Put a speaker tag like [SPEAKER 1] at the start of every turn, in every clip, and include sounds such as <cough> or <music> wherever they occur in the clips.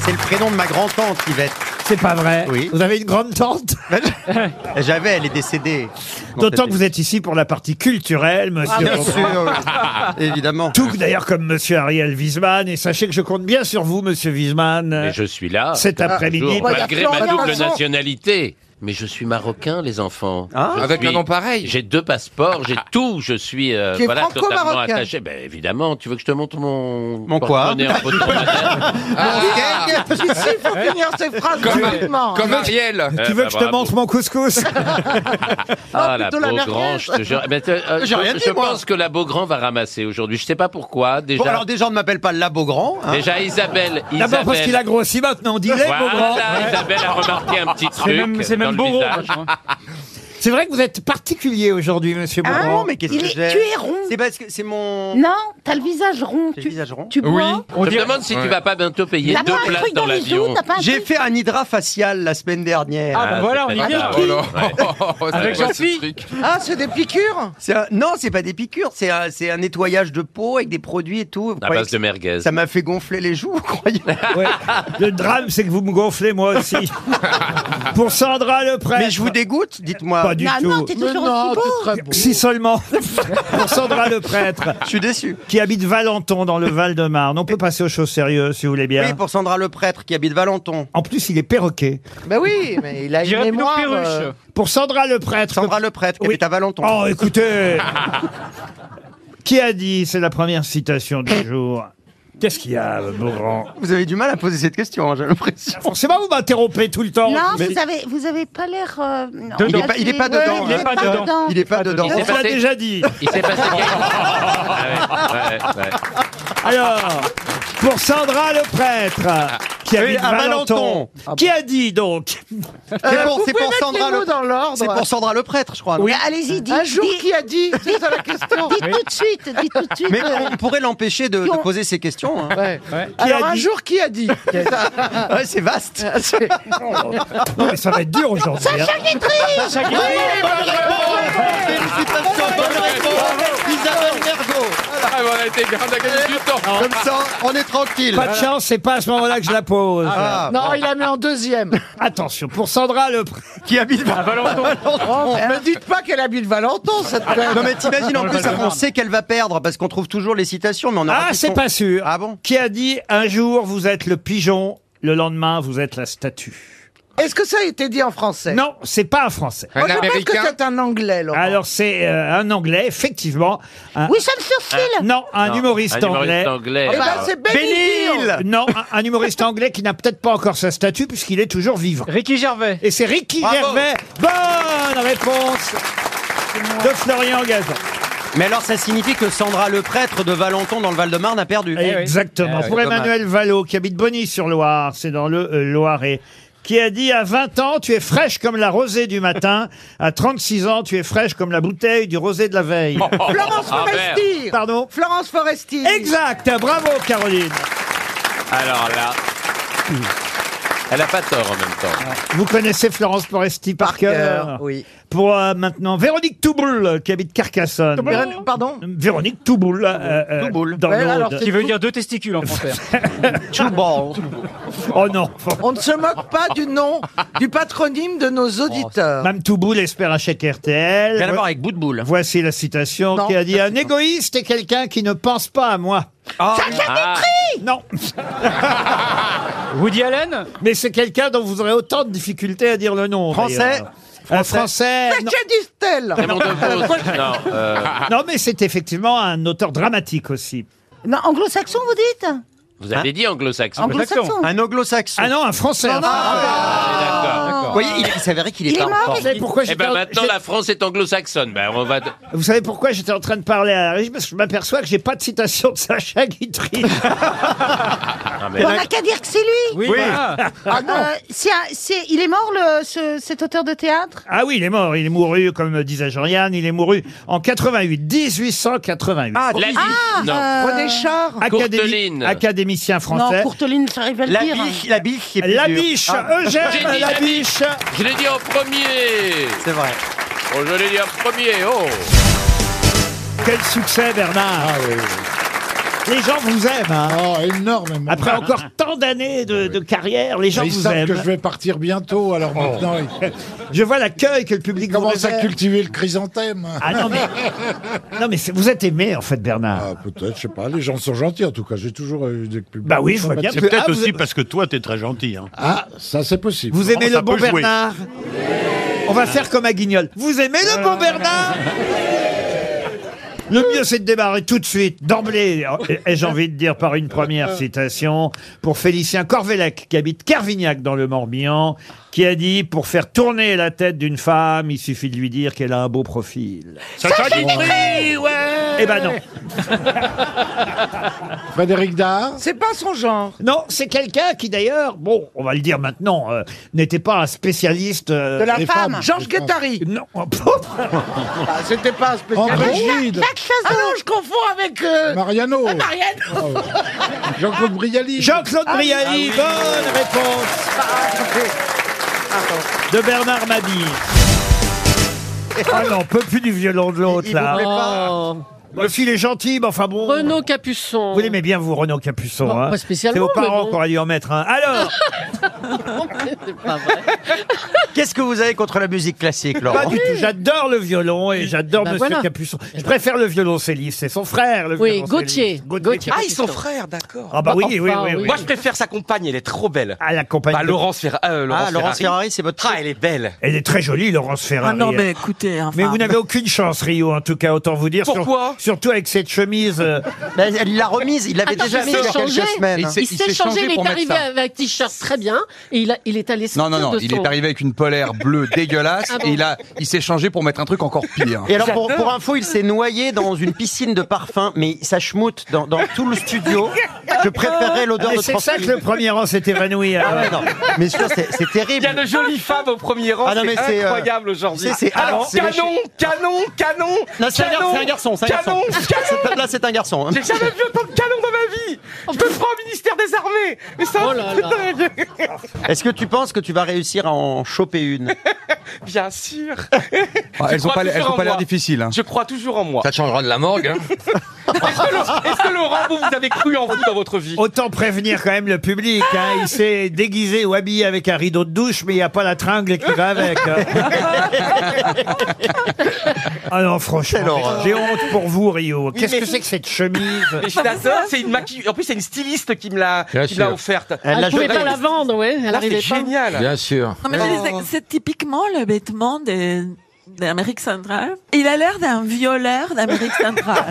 [SPEAKER 1] C'est le prénom de ma grand-tante, Yvette.
[SPEAKER 2] C'est pas vrai.
[SPEAKER 1] Oui.
[SPEAKER 2] Vous avez une grande tante.
[SPEAKER 1] J'avais, elle est décédée.
[SPEAKER 2] D'autant que vous êtes ici pour la partie culturelle, monsieur.
[SPEAKER 1] Bien
[SPEAKER 2] Roland. <laughs>
[SPEAKER 1] sûr, oui. évidemment.
[SPEAKER 2] Tout d'ailleurs comme monsieur Ariel Wiesman. Et sachez que je compte bien sur vous, monsieur Wiesman.
[SPEAKER 3] Mais je suis là.
[SPEAKER 2] Cet après-midi.
[SPEAKER 3] Toujours, malgré ma double
[SPEAKER 4] Vincent.
[SPEAKER 3] nationalité. Mais je suis marocain, les enfants. Je
[SPEAKER 5] Avec
[SPEAKER 3] suis-
[SPEAKER 5] un nom pareil.
[SPEAKER 3] J'ai deux passports, j'ai tout. Je suis euh,
[SPEAKER 4] Tu es
[SPEAKER 3] voilà, totalement
[SPEAKER 4] franco-marocain.
[SPEAKER 3] attaché. Ben, évidemment, tu veux que je te montre mon.
[SPEAKER 1] Mon quoi
[SPEAKER 3] porte-monnaie en photo, Ah, madame
[SPEAKER 2] Ah,
[SPEAKER 4] Parce que s'il faut finir ces phrases
[SPEAKER 6] Oh,
[SPEAKER 4] complètement.
[SPEAKER 5] Comme Ariel.
[SPEAKER 2] Tu
[SPEAKER 3] Eh
[SPEAKER 2] veux
[SPEAKER 3] ben,
[SPEAKER 2] que je te
[SPEAKER 3] bravo.
[SPEAKER 2] montre mon couscous
[SPEAKER 3] Ah, la
[SPEAKER 4] plutôt la merguez.
[SPEAKER 3] Beaugrand, je te jure. Mais, euh, euh,
[SPEAKER 1] J'ai
[SPEAKER 3] je
[SPEAKER 1] rien dit,
[SPEAKER 3] je
[SPEAKER 1] moi.
[SPEAKER 3] pense que la Beaugrand va ramasser aujourd'hui. Je sais pas pourquoi. Déjà,
[SPEAKER 1] Bon, alors des gens ne m'appellent pas Labogrand. Hein.
[SPEAKER 3] déjà Isabelle.
[SPEAKER 2] D'abord parce
[SPEAKER 3] Isabelle-
[SPEAKER 2] qu'il a grossi maintenant, on dirait.
[SPEAKER 3] Voilà,
[SPEAKER 2] mon grand.
[SPEAKER 3] Isabelle a remarqué un petit truc.
[SPEAKER 7] même- c'est même
[SPEAKER 3] dans le
[SPEAKER 7] Beaugrand,
[SPEAKER 3] visage.
[SPEAKER 2] C'est vrai que vous êtes particulier aujourd'hui, monsieur
[SPEAKER 4] Ah,
[SPEAKER 2] Beaugrand.
[SPEAKER 1] Non, mais qu'est-ce
[SPEAKER 4] Il
[SPEAKER 1] que
[SPEAKER 4] est-
[SPEAKER 1] j'ai
[SPEAKER 4] tu es rond.
[SPEAKER 1] C'est parce que c'est mon.
[SPEAKER 4] Non, t'as le visage rond.
[SPEAKER 1] J'ai
[SPEAKER 4] Tu,
[SPEAKER 1] le visage rond.
[SPEAKER 4] tu bois.
[SPEAKER 3] Je me demande si tu vas pas bientôt payer
[SPEAKER 4] T'as
[SPEAKER 3] deux
[SPEAKER 4] pas un
[SPEAKER 3] places
[SPEAKER 4] truc
[SPEAKER 3] dans
[SPEAKER 4] dans les joues.
[SPEAKER 3] l'avion.
[SPEAKER 4] T'as pas un
[SPEAKER 1] J'ai
[SPEAKER 4] truc-
[SPEAKER 1] fait un hydra facial la semaine dernière.
[SPEAKER 7] Ah, bah voilà, on y
[SPEAKER 3] c'est
[SPEAKER 7] vient.
[SPEAKER 3] pas
[SPEAKER 5] Oh
[SPEAKER 3] grave.
[SPEAKER 5] là.
[SPEAKER 8] <laughs> oh,
[SPEAKER 7] Avec
[SPEAKER 5] C'est quoi ce
[SPEAKER 7] Jean-Phi
[SPEAKER 5] truc
[SPEAKER 4] Ah, c'est des piqûres.
[SPEAKER 1] C'est un- Non, c'est pas des piqûres, c'est un... c'est un nettoyage de peau avec des produits et tout. Vous
[SPEAKER 3] À
[SPEAKER 1] croyez
[SPEAKER 3] base
[SPEAKER 1] que
[SPEAKER 3] de merguez.
[SPEAKER 1] Ça m'a fait gonfler les joues, vous croyez
[SPEAKER 2] Ah, bah, Ouais. Le drame, c'est que vous me gonflez moi aussi. Pour Sandra le prêtre.
[SPEAKER 1] Mais je vous dégoûte, dites-moi.
[SPEAKER 2] Pas du
[SPEAKER 4] Ah
[SPEAKER 2] tout.
[SPEAKER 4] non, t'es toujours aussi beau.
[SPEAKER 2] Si seulement. Pour Sandra le prêtre,
[SPEAKER 1] Je suis déçu.
[SPEAKER 2] qui habite Valenton dans le Val-de-Marne. On peut passer aux choses sérieuses si vous voulez bien.
[SPEAKER 1] Oui, pour Sandra le prêtre qui habite Valenton.
[SPEAKER 2] En plus, il est perroquet.
[SPEAKER 4] Bah oui, mais il a une
[SPEAKER 7] J'irais plutôt
[SPEAKER 4] mémoire.
[SPEAKER 7] perruche.
[SPEAKER 4] euh,
[SPEAKER 2] Pour Sandra le prêtre.
[SPEAKER 1] Sandra le prêtre qui
[SPEAKER 2] Oui.
[SPEAKER 1] habite à Valenton.
[SPEAKER 2] Oh, écoutez Qui a dit C'est la première
[SPEAKER 1] <laughs>
[SPEAKER 2] citation du jour. Qu'est-ce qu'il y a, Beaugrand
[SPEAKER 1] Vous avez du mal à poser cette question, hein, j'ai l'impression.
[SPEAKER 2] Forcément, vous m'interrompez tout le temps.
[SPEAKER 4] Non,
[SPEAKER 2] Mais-
[SPEAKER 4] vous avez, vous avez pas l'air. euh, non,
[SPEAKER 7] Dedans.
[SPEAKER 1] Il est pas- il est pas
[SPEAKER 4] assez-
[SPEAKER 1] dedans, hein.
[SPEAKER 4] Ouais,
[SPEAKER 1] il est
[SPEAKER 7] pas dedans.
[SPEAKER 1] Il est pas dedans.
[SPEAKER 2] On
[SPEAKER 3] s'est
[SPEAKER 2] vous l'a
[SPEAKER 3] passé-
[SPEAKER 2] déjà dit.
[SPEAKER 3] Il s'est passé quelque Ah ouais, ouais, ouais.
[SPEAKER 2] Alors, pour Sandra le prêtre, qui habite
[SPEAKER 1] à
[SPEAKER 2] Valenton,
[SPEAKER 1] Valenton. Ah
[SPEAKER 2] qui a dit donc
[SPEAKER 1] C'est
[SPEAKER 4] Euh,
[SPEAKER 1] pour,
[SPEAKER 4] vous
[SPEAKER 1] c'est
[SPEAKER 4] pouvez
[SPEAKER 1] pour
[SPEAKER 4] mettre
[SPEAKER 1] Sandra
[SPEAKER 4] les mots
[SPEAKER 1] le
[SPEAKER 4] dans l'ordre.
[SPEAKER 1] C'est pour Sandra le prêtre, je crois. non
[SPEAKER 4] Mais Bah, Allez-y, dites.
[SPEAKER 6] Un jour
[SPEAKER 4] dites-
[SPEAKER 6] qui a dit C'est ça la question.
[SPEAKER 4] dites tout de suite, dites tout de suite.
[SPEAKER 1] Mais
[SPEAKER 4] euh,
[SPEAKER 1] on pourrait l'empêcher de, de
[SPEAKER 4] on-
[SPEAKER 1] poser ces questions. hein.
[SPEAKER 6] Ouais.
[SPEAKER 2] Qui a
[SPEAKER 6] Alors un
[SPEAKER 2] dit
[SPEAKER 6] jour qui a dit C'est ça.
[SPEAKER 1] Ouais, c'est vaste.
[SPEAKER 6] C'est-
[SPEAKER 2] Non mais ça va être dur aujourd'hui. hein.
[SPEAKER 1] Félicitations, bonne réponse, Isabelle Mergo.
[SPEAKER 5] Ah, mais on a été grave à gagner du temps.
[SPEAKER 1] Comme ça, on est tranquille.
[SPEAKER 2] Pas de chance, c'est pas à ce moment-là que je la pose.
[SPEAKER 1] Ah,
[SPEAKER 6] Non, il la met en deuxième.
[SPEAKER 2] Attention, pour Sandra le prêtre.
[SPEAKER 1] qui habite
[SPEAKER 7] À Valenton.
[SPEAKER 6] Oh, me dites pas qu'elle habite Valenton, cette
[SPEAKER 8] Ah,
[SPEAKER 1] Non
[SPEAKER 6] conne.
[SPEAKER 1] mais t'imagines en
[SPEAKER 7] Dans le
[SPEAKER 1] plus on
[SPEAKER 7] Val-de-Marne.
[SPEAKER 1] sait qu'elle va perdre parce qu'on trouve toujours les citations mais on a
[SPEAKER 2] Ah, c'est pas sûr.
[SPEAKER 1] Ah bon
[SPEAKER 2] Qui a dit un jour vous êtes le pigeon, le lendemain vous êtes la statue.
[SPEAKER 6] Est-ce que ça a été dit en français
[SPEAKER 2] Non, c'est pas un français.
[SPEAKER 5] Un
[SPEAKER 6] Moi, je pense que
[SPEAKER 5] américain.
[SPEAKER 6] c'est un anglais, Laurent.
[SPEAKER 2] Alors c'est euh, un anglais, effectivement. Un-
[SPEAKER 4] Oui, ça me sourcille.
[SPEAKER 2] Non, un
[SPEAKER 3] Non,
[SPEAKER 2] humoriste anglais.
[SPEAKER 3] anglais.
[SPEAKER 6] Eh ben,
[SPEAKER 3] Ah,
[SPEAKER 6] c'est Benny
[SPEAKER 1] Bénil
[SPEAKER 2] Non, un, un humoriste anglais qui n'a peut-être pas encore sa statue puisqu'il est toujours vivant.
[SPEAKER 7] Ricky Gervais.
[SPEAKER 2] Et c'est Ricky
[SPEAKER 1] Bravo.
[SPEAKER 2] Gervais. Bonne réponse de Florian Gazan.
[SPEAKER 1] Mais alors ça signifie que Sandra le prêtre de Valenton dans le Val-de-Marne a perdu.
[SPEAKER 2] Exactement.
[SPEAKER 1] Eh
[SPEAKER 2] Pour
[SPEAKER 1] oui.
[SPEAKER 2] Emmanuel Vallot, qui habite Bonny-sur-Loire, c'est dans le euh, Loiret, qui a dit à 20 ans, tu es fraîche comme la rosée du matin. À 36 ans, tu es fraîche comme la bouteille du rosé de la veille.
[SPEAKER 6] Florence
[SPEAKER 3] Ah,
[SPEAKER 6] Foresti
[SPEAKER 2] Pardon
[SPEAKER 6] Florence Foresti
[SPEAKER 2] Exact. Bravo, Caroline.
[SPEAKER 3] Alors là, elle a pas tort en même temps.
[SPEAKER 2] Vous connaissez Florence Foresti par cœur.
[SPEAKER 6] oui.
[SPEAKER 2] Pour euh, maintenant, Véronique Touboul, qui habite Carcassonne.
[SPEAKER 6] Véron- Pardon
[SPEAKER 2] Véronique Touboul. euh, euh,
[SPEAKER 1] Touboul.
[SPEAKER 2] dans
[SPEAKER 6] Ouais,
[SPEAKER 2] l'Aude.
[SPEAKER 6] alors,
[SPEAKER 7] Qui veut dire deux testicules en français.
[SPEAKER 1] Two balls.
[SPEAKER 2] Oh non.
[SPEAKER 6] On ne se moque pas du nom, du patronyme de nos
[SPEAKER 1] Oh,
[SPEAKER 6] auditeurs.
[SPEAKER 2] Mme Touboul espère un chèque RTL.
[SPEAKER 1] Rien à voir avec bout de boule.
[SPEAKER 2] Voici la citation
[SPEAKER 6] Non.
[SPEAKER 2] qui a dit Un égoïste est quelqu'un qui ne pense pas à moi.
[SPEAKER 1] Ah,
[SPEAKER 3] Ah,
[SPEAKER 2] Non,
[SPEAKER 7] Woody Allen.
[SPEAKER 2] mais c'est quelqu'un dont vous aurez autant de difficultés à dire le nom.
[SPEAKER 1] Français
[SPEAKER 2] d'ailleurs. Un Français. non.
[SPEAKER 6] Sacha Distel
[SPEAKER 3] Raymond Devos. Non, euh,
[SPEAKER 2] Non, mais c'est effectivement un auteur dramatique aussi.
[SPEAKER 4] Non, anglo-saxon, vous dites
[SPEAKER 3] vous avez dit anglo-saxon.
[SPEAKER 4] Ah, Anglo-saxon.
[SPEAKER 1] un anglo-saxon.
[SPEAKER 2] Ah non, un Français. un Français.
[SPEAKER 3] D'accord.
[SPEAKER 1] Vous voyez, il, il s'avérait qu'il
[SPEAKER 4] Il
[SPEAKER 1] est
[SPEAKER 4] est
[SPEAKER 1] pas
[SPEAKER 4] mort,
[SPEAKER 1] encore.
[SPEAKER 2] Vous savez pourquoi
[SPEAKER 3] Eh
[SPEAKER 2] j'étais
[SPEAKER 3] ben
[SPEAKER 2] en-
[SPEAKER 3] maintenant
[SPEAKER 2] j'ai-
[SPEAKER 3] la France est anglo-saxonne. Ben on va.
[SPEAKER 2] vous savez pourquoi j'étais en train de parler à la régie Parce que je m'aperçois que j'ai pas de citation de Sacha Guitry.
[SPEAKER 3] Ah, mais-
[SPEAKER 4] On n'a qu'à dire que c'est lui.
[SPEAKER 7] Oui. voilà.
[SPEAKER 4] Euh, c'est un- c'est- il est mort, le, ce- cet auteur de théâtre
[SPEAKER 2] ah oui, il est mort. Il est mouru, comme disait Jean-Yann, il est mouru en 88, 1888.
[SPEAKER 1] Ah,
[SPEAKER 3] La vie. non.
[SPEAKER 4] euh,
[SPEAKER 6] René Char
[SPEAKER 3] Courteline.
[SPEAKER 2] académien
[SPEAKER 4] Non,
[SPEAKER 2] français.
[SPEAKER 4] Courteline, j'arrive à le
[SPEAKER 1] la
[SPEAKER 4] dire. hein.
[SPEAKER 1] biche, la biche qui est plus
[SPEAKER 2] La
[SPEAKER 1] dure.
[SPEAKER 2] biche,
[SPEAKER 1] Ah,
[SPEAKER 3] J'ai
[SPEAKER 2] Eugène
[SPEAKER 3] dit
[SPEAKER 2] la
[SPEAKER 3] la
[SPEAKER 2] biche.
[SPEAKER 3] Je l'ai dit en premier.
[SPEAKER 1] c'est vrai.
[SPEAKER 3] Oh, je l'ai dit en premier. Oh.
[SPEAKER 2] Quel succès, Bernard. Les gens vous aiment. hein.
[SPEAKER 9] Oh, énormément.
[SPEAKER 2] Après encore tant d'années de, de carrière, les gens
[SPEAKER 9] Ils
[SPEAKER 2] vous
[SPEAKER 9] savent
[SPEAKER 2] aiment.
[SPEAKER 9] que je vais partir bientôt, alors maintenant ils
[SPEAKER 2] Je vois l'accueil que le public vous
[SPEAKER 9] commencent à
[SPEAKER 2] réserve.
[SPEAKER 9] cultiver le chrysanthème.
[SPEAKER 2] Ah non mais, non, mais c'est- vous êtes aimé en fait Bernard.
[SPEAKER 9] Ah, peut-être, je sais pas. Les gens sont gentils en tout cas. J'ai toujours eu des publics.
[SPEAKER 2] Bah oui, je vois bien.
[SPEAKER 10] C'est
[SPEAKER 2] Parce que-
[SPEAKER 10] peut-être
[SPEAKER 2] ah, vous-
[SPEAKER 10] aussi parce que toi, t'es très gentil. Hein.
[SPEAKER 9] Ah, ça c'est possible.
[SPEAKER 2] Vous aimez
[SPEAKER 10] ça
[SPEAKER 2] le bon
[SPEAKER 10] peut jouer.
[SPEAKER 2] Bernard On va faire comme à Guignol. Vous aimez le bon Bernard Le mieux, c'est de démarrer tout de suite, d'emblée, et- et j'ai envie de dire par une première citation, pour Félicien Corvélec, qui habite Carvignac dans le Morbihan, qui a dit « Pour faire tourner la tête d'une femme, il suffit de lui dire qu'elle a un beau profil.
[SPEAKER 10] Sacha Guitry, ouais »
[SPEAKER 2] Eh ben non.
[SPEAKER 9] Frédéric Dard.
[SPEAKER 6] C'est pas son genre.
[SPEAKER 2] Non, c'est quelqu'un qui d'ailleurs, bon, on va le dire maintenant, euh, n'était pas un spécialiste... euh,
[SPEAKER 4] De la
[SPEAKER 9] les
[SPEAKER 4] femme.
[SPEAKER 9] femmes.
[SPEAKER 6] Georges Guettari.
[SPEAKER 2] Non, <laughs> oh,
[SPEAKER 6] Ah, C'était pas un
[SPEAKER 2] bah,
[SPEAKER 6] spécial.
[SPEAKER 9] André Gide.
[SPEAKER 4] Jacques
[SPEAKER 6] Ah
[SPEAKER 4] Chazot.
[SPEAKER 6] non, je confonds avec euh,
[SPEAKER 9] Mariano.
[SPEAKER 2] Ah,
[SPEAKER 9] Oh.
[SPEAKER 6] Marianne.
[SPEAKER 9] Jean-Claude Brialy.
[SPEAKER 2] Jean-Claude
[SPEAKER 11] Ah
[SPEAKER 2] Brialy, bonne réponse de Bernard Mabille. Ah non, on peut plus du violon de l'autre, là. Le fil est gentil, mais enfin bon.
[SPEAKER 11] Oh. Renaud Capuçon.
[SPEAKER 2] Vous l'aimez bien, vous, Renaud Capuçon.
[SPEAKER 11] Pas-
[SPEAKER 2] hein
[SPEAKER 11] pas spécialement,
[SPEAKER 2] C'est vos
[SPEAKER 11] mais
[SPEAKER 2] parents
[SPEAKER 11] bon.
[SPEAKER 2] qu'on a dû en mettre un. Alors,
[SPEAKER 11] C'est pas vrai.
[SPEAKER 1] Qu'est-ce que vous avez contre la musique classique,
[SPEAKER 2] pas
[SPEAKER 11] Ah
[SPEAKER 1] Laurent
[SPEAKER 2] du tout. J'adore le violon et j'adore
[SPEAKER 11] Bah
[SPEAKER 2] Monsieur
[SPEAKER 11] voilà.
[SPEAKER 2] Capuçon. Je préfère le violoncelliste. C'est son frère, le
[SPEAKER 11] Oui, Gautier.
[SPEAKER 2] violoncelliste.
[SPEAKER 11] Gautier.
[SPEAKER 2] Capuçon.
[SPEAKER 11] Ah, ils sont
[SPEAKER 6] frères, d'accord.
[SPEAKER 2] Ah, bah oui,
[SPEAKER 11] Enfin,
[SPEAKER 2] oui, oui, oui.
[SPEAKER 11] oui.
[SPEAKER 3] Moi, je préfère sa compagne, elle est trop belle.
[SPEAKER 2] À la compagnie.
[SPEAKER 3] Bah,
[SPEAKER 2] de-
[SPEAKER 3] Laurence, Ferra- euh, Laurence
[SPEAKER 1] Ah, Laurence
[SPEAKER 3] Ferrari.
[SPEAKER 1] Ferrari, c'est votre
[SPEAKER 3] Ah, elle est belle.
[SPEAKER 2] Elle est très jolie, Laurence Ferrari.
[SPEAKER 6] Ah écoutez, enfin,
[SPEAKER 2] Mais vous n'avez aucune chance, Rio, en tout cas, autant vous dire. Sur-
[SPEAKER 3] Pourquoi
[SPEAKER 2] Surtout avec cette chemise.
[SPEAKER 1] <laughs>
[SPEAKER 2] euh,
[SPEAKER 1] Mais elle- Elle l'a remise, il l'avait
[SPEAKER 11] Attends,
[SPEAKER 1] déjà
[SPEAKER 11] je vais
[SPEAKER 1] fait il y a quelques
[SPEAKER 11] changer.
[SPEAKER 1] semaines.
[SPEAKER 11] Il s'est changé, il est arrivé avec un t-shirt très bien et il, a- il est allé
[SPEAKER 8] Non,
[SPEAKER 11] sortir
[SPEAKER 8] non, non,
[SPEAKER 11] de
[SPEAKER 8] il
[SPEAKER 11] son-
[SPEAKER 8] est arrivé avec une polaire bleue dégueulasse
[SPEAKER 11] Ah bon
[SPEAKER 8] et il, a, il s'est changé pour mettre un truc encore pire.
[SPEAKER 1] Et alors, pour, pour info, il s'est noyé dans une piscine de parfum, mais ça schmoute dans, dans tout le studio. Je préférerais l'odeur
[SPEAKER 2] Mais
[SPEAKER 1] de
[SPEAKER 2] c'est ça que le premier rang s'est évanoui. hein. alors.
[SPEAKER 1] Ah ouais, non. Mais ça, c'est c'est
[SPEAKER 3] Il y a
[SPEAKER 1] terrible.
[SPEAKER 3] de jolies femmes au premier rang,
[SPEAKER 1] Ah non, mais c'est, euh,
[SPEAKER 3] c'est incroyable aujourd'hui.
[SPEAKER 1] c'est- c'est-
[SPEAKER 3] Alors,
[SPEAKER 1] ah, c'est
[SPEAKER 3] canon, canon, canon,
[SPEAKER 1] Non, c'est un, gar-
[SPEAKER 3] canon,
[SPEAKER 1] c'est un garçon, c'est un garçon.
[SPEAKER 3] canon,
[SPEAKER 1] <laughs>
[SPEAKER 3] canon.
[SPEAKER 1] C'est- Là, c'est un garçon. hein.
[SPEAKER 3] J'ai jamais vu autant de canons dans ma vie Je me prends au ministère des Armées Mais ça,
[SPEAKER 11] Oh là là.
[SPEAKER 1] Est-ce que tu penses que tu vas réussir à en choper une
[SPEAKER 3] bien sûr
[SPEAKER 8] Ah, elles n'ont
[SPEAKER 3] crois
[SPEAKER 8] pas,
[SPEAKER 3] toujours
[SPEAKER 8] l'air- elles ont
[SPEAKER 3] en
[SPEAKER 8] pas l'air
[SPEAKER 3] moi.
[SPEAKER 8] difficiles. hein.
[SPEAKER 3] Je crois toujours en moi.
[SPEAKER 8] te changera de la morgue. hein.
[SPEAKER 3] Est-ce que, Laurent- est-ce que Laurent, vous, vous avez cru en vous dans votre vie
[SPEAKER 2] Autant prévenir quand même le public. hein. Il s'est déguisé ou habillé avec un rideau de douche, mais il n'y a pas la tringle qui va avec. hein.
[SPEAKER 1] <laughs>
[SPEAKER 2] ah non, franchement, j'ai honte pour vous, Rio. Qu'est-ce que c'est que cette chemise
[SPEAKER 3] Mais
[SPEAKER 6] Bah,
[SPEAKER 3] je l'adore, c'est une maquille. En plus, c'est une styliste qui me l'a,
[SPEAKER 8] Bien
[SPEAKER 3] qui me l'a
[SPEAKER 8] sûr.
[SPEAKER 3] offerte.
[SPEAKER 1] Elle
[SPEAKER 11] Elle
[SPEAKER 1] l'a
[SPEAKER 11] ne pouvait
[SPEAKER 1] jetée.
[SPEAKER 11] Ah, pas la vendre, ouais. Elle
[SPEAKER 3] Là,
[SPEAKER 11] n'arrivait
[SPEAKER 3] c'est
[SPEAKER 11] pas.
[SPEAKER 3] génial.
[SPEAKER 8] Bien sûr.
[SPEAKER 12] Non, mais je disais, c'est typiquement le vêtement de, d'Amérique centrale. Il a l'air d'un violeur d'Amérique centrale.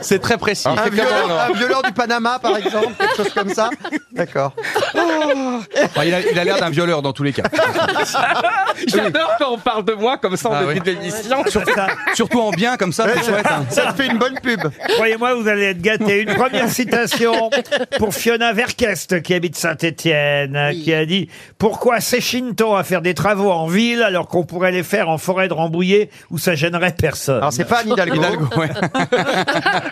[SPEAKER 8] C'est très précis.
[SPEAKER 1] Un violeur, un violeur du Panama, par exemple, quelque chose comme ça. D'accord.
[SPEAKER 8] Enfin, Ah, il, a, il a l'air d'un violeur dans tous les cas.
[SPEAKER 3] J'adore quand on parle de moi comme ça en
[SPEAKER 8] Ah
[SPEAKER 3] début
[SPEAKER 8] oui.
[SPEAKER 3] de l'émission.
[SPEAKER 8] Surtout en bien, comme ça, c'est chouette. hein.
[SPEAKER 1] Ça te fait une bonne pub.
[SPEAKER 2] Croyez-moi, vous allez être gâtés. Une première citation pour Fiona Verquest, qui habite Saint-Étienne, qui a dit « Pourquoi s'échine-t-on à faire des travaux en ville alors qu'on pourrait les faire en forêt de Rambouillet où ça gênerait personne ?»
[SPEAKER 1] Alors, Ah, c'est pas Anne Hidalgo.
[SPEAKER 8] Hidalgo, ouais.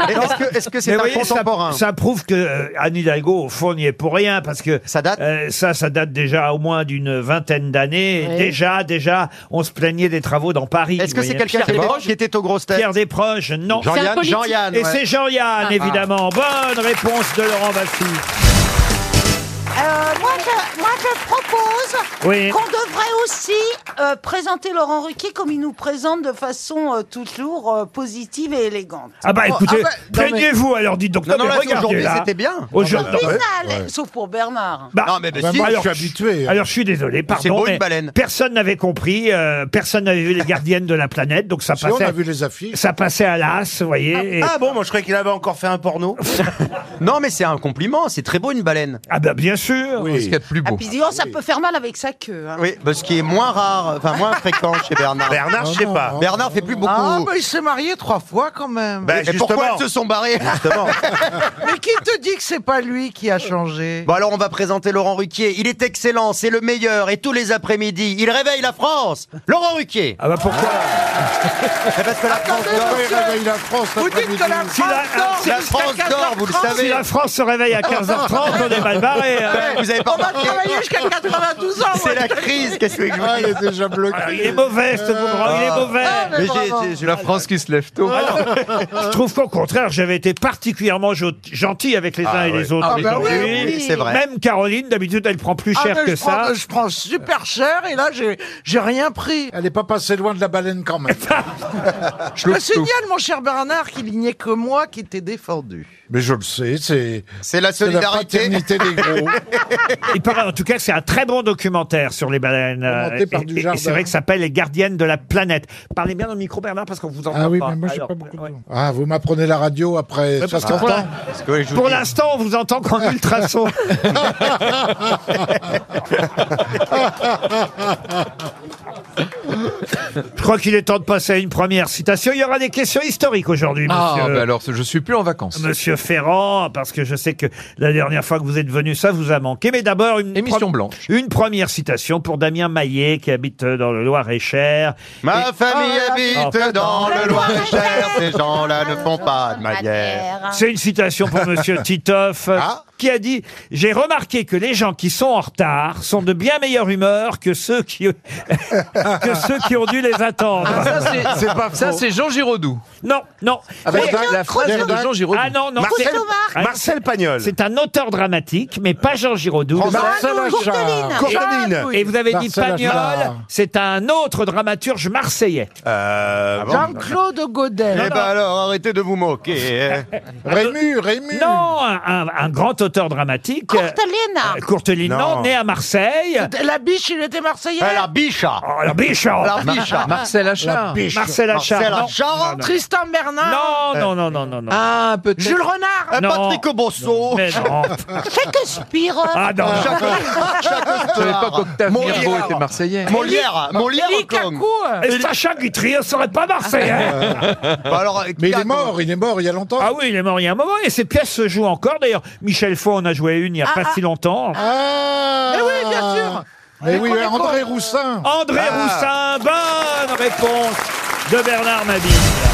[SPEAKER 1] Et Est-ce que est-ce que c'est
[SPEAKER 2] Mais
[SPEAKER 1] un
[SPEAKER 2] voyez, ça-
[SPEAKER 1] contemporain
[SPEAKER 2] Ça, prouve que euh, Anne Hidalgo, au fond, n'y est pour rien, parce que
[SPEAKER 1] Ça date
[SPEAKER 2] euh, ça, ça date déjà au moins d'une vingtaine d'années. Et
[SPEAKER 11] Oui.
[SPEAKER 2] Déjà, déjà, on se plaignait des travaux dans Paris.
[SPEAKER 1] Est-ce que
[SPEAKER 2] vous
[SPEAKER 1] c'est
[SPEAKER 2] voyez.
[SPEAKER 1] quelqu'un qui, était- qui était aux grosses têtes
[SPEAKER 2] Pierre Desproges Non.
[SPEAKER 11] C'est un
[SPEAKER 1] Jean-Yann
[SPEAKER 11] politique.
[SPEAKER 1] Jean-Yann,
[SPEAKER 2] Et
[SPEAKER 1] ouais.
[SPEAKER 2] c'est Jean-Yann,
[SPEAKER 1] Ah.
[SPEAKER 2] évidemment. Bonne réponse de Laurent Baffy.
[SPEAKER 4] <laughs> Euh, moi, je, moi, je propose
[SPEAKER 2] Oui.
[SPEAKER 4] qu'on devrait aussi euh, présenter Laurent Ruquier comme il nous présente de façon euh, toujours euh, positive et élégante.
[SPEAKER 2] Ah bah
[SPEAKER 1] Oh,
[SPEAKER 2] écoutez,
[SPEAKER 6] ah bah, non, mais-
[SPEAKER 2] plaignez-vous alors, dites donc.
[SPEAKER 1] Non, non,
[SPEAKER 2] mais
[SPEAKER 1] là, c'est
[SPEAKER 2] regardez,
[SPEAKER 1] aujourd'hui,
[SPEAKER 2] là.
[SPEAKER 1] c'était bien.
[SPEAKER 2] Aujourd'hui,
[SPEAKER 4] Original,
[SPEAKER 9] ouais.
[SPEAKER 4] sauf pour Bernard.
[SPEAKER 2] bah,
[SPEAKER 1] Non, mais bah,
[SPEAKER 9] Bah,
[SPEAKER 1] si.
[SPEAKER 9] moi,
[SPEAKER 2] alors,
[SPEAKER 9] je suis habitué.
[SPEAKER 2] Alors je suis désolé, pardon.
[SPEAKER 1] beau, une
[SPEAKER 2] mais
[SPEAKER 1] baleine.
[SPEAKER 2] Personne n'avait compris, euh, personne n'avait vu
[SPEAKER 9] <laughs>
[SPEAKER 2] les gardiennes de la planète, donc ça
[SPEAKER 9] Si on
[SPEAKER 2] passait.
[SPEAKER 9] a vu les affiches.
[SPEAKER 2] Ça passait à l'as, vous voyez.
[SPEAKER 1] Ah,
[SPEAKER 2] et-
[SPEAKER 6] bon, moi je croyais qu'il avait encore fait un porno.
[SPEAKER 1] <laughs> Non, mais c'est un compliment. C'est très beau une baleine.
[SPEAKER 2] Ah bah bien sûr.
[SPEAKER 8] C'est ce qu'il y a de plus
[SPEAKER 4] Ah,
[SPEAKER 8] beau.
[SPEAKER 4] puis dis donc, ça peut faire mal avec sa queue. hein.
[SPEAKER 1] Oui, parce qu'il est moins rare, enfin moins fréquent chez Bernard.
[SPEAKER 9] Bernard,
[SPEAKER 1] Ah,
[SPEAKER 9] je sais pas.
[SPEAKER 1] Oh. Bernard fait plus beaucoup. Ben,
[SPEAKER 6] Ah, mais il s'est marié trois fois quand même.
[SPEAKER 9] Bah,
[SPEAKER 1] Et pourquoi elles se sont barrées <laughs>
[SPEAKER 6] Mais qui te dit que c'est pas lui qui a changé
[SPEAKER 1] Bon alors on va présenter Laurent Ruquier. Il est excellent, c'est le meilleur et tous les après-midi, il réveille la France. Laurent Ruquier. Ah,
[SPEAKER 2] Ah bah pourquoi
[SPEAKER 1] Parce que la France
[SPEAKER 9] Attendez,
[SPEAKER 1] dort.
[SPEAKER 9] monsieur.
[SPEAKER 1] réveille la France
[SPEAKER 9] Vous dites
[SPEAKER 1] l'après-midi.
[SPEAKER 9] que la
[SPEAKER 2] Si la- ah, si
[SPEAKER 1] La France dort, vous le savez.
[SPEAKER 2] Si la France se réveille à 15h30, on est mal barré. hein.
[SPEAKER 1] Vous avez pas remarqué
[SPEAKER 6] jusqu'à 92 ans.
[SPEAKER 1] C'est la crise, qu'est-ce que vous
[SPEAKER 9] Ah, il est déjà bloqué.
[SPEAKER 2] Il est mauvais, ce bourgeois,
[SPEAKER 1] Ah.
[SPEAKER 2] il est mauvais.
[SPEAKER 8] Mais j'ai- j'ai- j'ai la France qui se lève tôt.
[SPEAKER 2] Je trouve qu'au contraire, j'avais été particulièrement jo- gentil avec les uns
[SPEAKER 8] Ah
[SPEAKER 2] et
[SPEAKER 8] ouais.
[SPEAKER 2] les autres.
[SPEAKER 8] Ah bah oui,
[SPEAKER 2] aujourd'hui.
[SPEAKER 8] oui, c'est vrai. bah
[SPEAKER 2] Même Caroline, d'habitude, elle prend plus
[SPEAKER 6] Ah,
[SPEAKER 2] cher
[SPEAKER 6] mais
[SPEAKER 2] que
[SPEAKER 6] je prends-
[SPEAKER 2] ça.
[SPEAKER 6] Je prends super cher et là, j'ai j'ai rien pris.
[SPEAKER 9] Elle n'est pas passée loin de la baleine
[SPEAKER 2] <laughs>
[SPEAKER 9] quand même.
[SPEAKER 8] Ah,
[SPEAKER 6] Je me signale, mon cher Bernard, qu'il n'y ait que moi qui t'ai défendu.
[SPEAKER 9] Mais je le sais, c'est.
[SPEAKER 1] C'est la solidarité.
[SPEAKER 9] fraternité
[SPEAKER 1] <laughs>
[SPEAKER 9] des gros.
[SPEAKER 2] Il paraît en tout cas que c'est un très bon documentaire sur les baleines.
[SPEAKER 9] Commenté
[SPEAKER 2] Euh,
[SPEAKER 9] par
[SPEAKER 2] et- et
[SPEAKER 9] Dujardin.
[SPEAKER 2] et c'est vrai que ça s'appelle Les gardiennes de la planète. Parlez bien dans le micro, Bernard, parce qu'on vous entend
[SPEAKER 9] Ah oui,
[SPEAKER 2] pas.
[SPEAKER 9] mais moi, j'ai
[SPEAKER 2] Alors,
[SPEAKER 9] pas beaucoup de
[SPEAKER 2] ouais.
[SPEAKER 9] temps. Ah, vous m'apprenez la radio après
[SPEAKER 2] Ouais, parce que
[SPEAKER 9] 60
[SPEAKER 2] pour la-
[SPEAKER 9] ans
[SPEAKER 2] Pour l'instant, on vous entend qu'en ultrason. Je crois qu'il est temps de passer à une première citation. Il y aura des questions historiques aujourd'hui,
[SPEAKER 8] Ah,
[SPEAKER 2] monsieur. Ah,
[SPEAKER 8] bah alors, je suis plus en vacances.
[SPEAKER 2] Monsieur Ferrand, parce que je sais que la dernière fois que vous êtes venu, ça vous a manqué. Mais d'abord, une,
[SPEAKER 8] Émission
[SPEAKER 2] pre-
[SPEAKER 8] blanche.
[SPEAKER 2] une première citation pour Damien Maillet, qui habite euh, dans le Loir-et-Cher.
[SPEAKER 1] Ma
[SPEAKER 2] Et-
[SPEAKER 1] famille
[SPEAKER 2] Ah,
[SPEAKER 1] habite dans le Loir-et-Cher. Ces gens-là ne font pas de manière.
[SPEAKER 2] C'est une citation pour Monsieur Titoff, euh, qui a dit « J'ai remarqué que les gens qui sont en retard sont de bien meilleure humeur que ceux qui, <laughs> que ceux qui ont dû les attendre.
[SPEAKER 8] Ah, Ça, c'est Ah, Jean Giraudoux.
[SPEAKER 2] Non, non.
[SPEAKER 8] Avec
[SPEAKER 2] Mais-
[SPEAKER 8] la- la phrase de Jean Giraudoux.
[SPEAKER 2] Ah non, non.
[SPEAKER 8] Marcel-
[SPEAKER 2] c'est- Ah,
[SPEAKER 8] Marcel- Marcel Pagnol.
[SPEAKER 2] C'est un auteur dramatique, mais pas Jean Giraudoux.
[SPEAKER 9] François- Marcel Marcel Achard. Achard. Courteline.
[SPEAKER 2] Et, et vous avez dit
[SPEAKER 9] Marcel
[SPEAKER 2] Pagnol,
[SPEAKER 9] Achard.
[SPEAKER 2] c'est un autre dramaturge marseillais.
[SPEAKER 6] Jean-Claude Godel.
[SPEAKER 1] Euh, Eh ben alors, arrêtez de vous moquer. hein.
[SPEAKER 9] Rému, Rému.
[SPEAKER 2] Non, un, un- un grand auteur dramatique.
[SPEAKER 4] Courteline.
[SPEAKER 2] Euh, <laughs> Courteline, non.
[SPEAKER 1] Non.
[SPEAKER 2] né à Marseille.
[SPEAKER 6] La biche, il était marseillais.
[SPEAKER 1] Ah, la bicha
[SPEAKER 2] Oh, alors, Bichard.
[SPEAKER 1] La bicha
[SPEAKER 8] Ah, Marcel
[SPEAKER 1] La
[SPEAKER 8] Achard.
[SPEAKER 1] biche.
[SPEAKER 2] Marcel Achard.
[SPEAKER 1] Marcel
[SPEAKER 2] non.
[SPEAKER 1] Achard
[SPEAKER 6] Tristan Bernard.
[SPEAKER 2] Non, non, non, non, non, non.
[SPEAKER 8] Ah, peut-être.
[SPEAKER 6] Jules Renard.
[SPEAKER 1] Un
[SPEAKER 2] Non.
[SPEAKER 1] Patrick Bosso
[SPEAKER 2] Mais non.
[SPEAKER 1] <laughs>
[SPEAKER 4] Shakespeare.
[SPEAKER 2] Ah non.
[SPEAKER 4] <laughs>
[SPEAKER 8] Je savais pas
[SPEAKER 2] Ah,
[SPEAKER 8] qu'Octave
[SPEAKER 1] Molière.
[SPEAKER 8] Mirbeau était marseillais.
[SPEAKER 1] Molière Molière
[SPEAKER 6] Élie
[SPEAKER 1] Kong.
[SPEAKER 6] Kakou.
[SPEAKER 2] Et Sacha Guitry, on serait pas marseillais.
[SPEAKER 1] Bah alors,
[SPEAKER 9] Mais il
[SPEAKER 1] Kakou.
[SPEAKER 9] est mort, il est mort il y a longtemps.
[SPEAKER 2] Ah oui, il est mort il y a un moment et ces pièces se jouent encore. D'ailleurs, Michel Faux en a joué une il n'y a pas si longtemps.
[SPEAKER 9] Ah
[SPEAKER 6] Eh oui, bien sûr.
[SPEAKER 9] Mais oui, André Roussin
[SPEAKER 1] Ah.
[SPEAKER 2] André Roussin, bonne réponse de Bernard Mabille.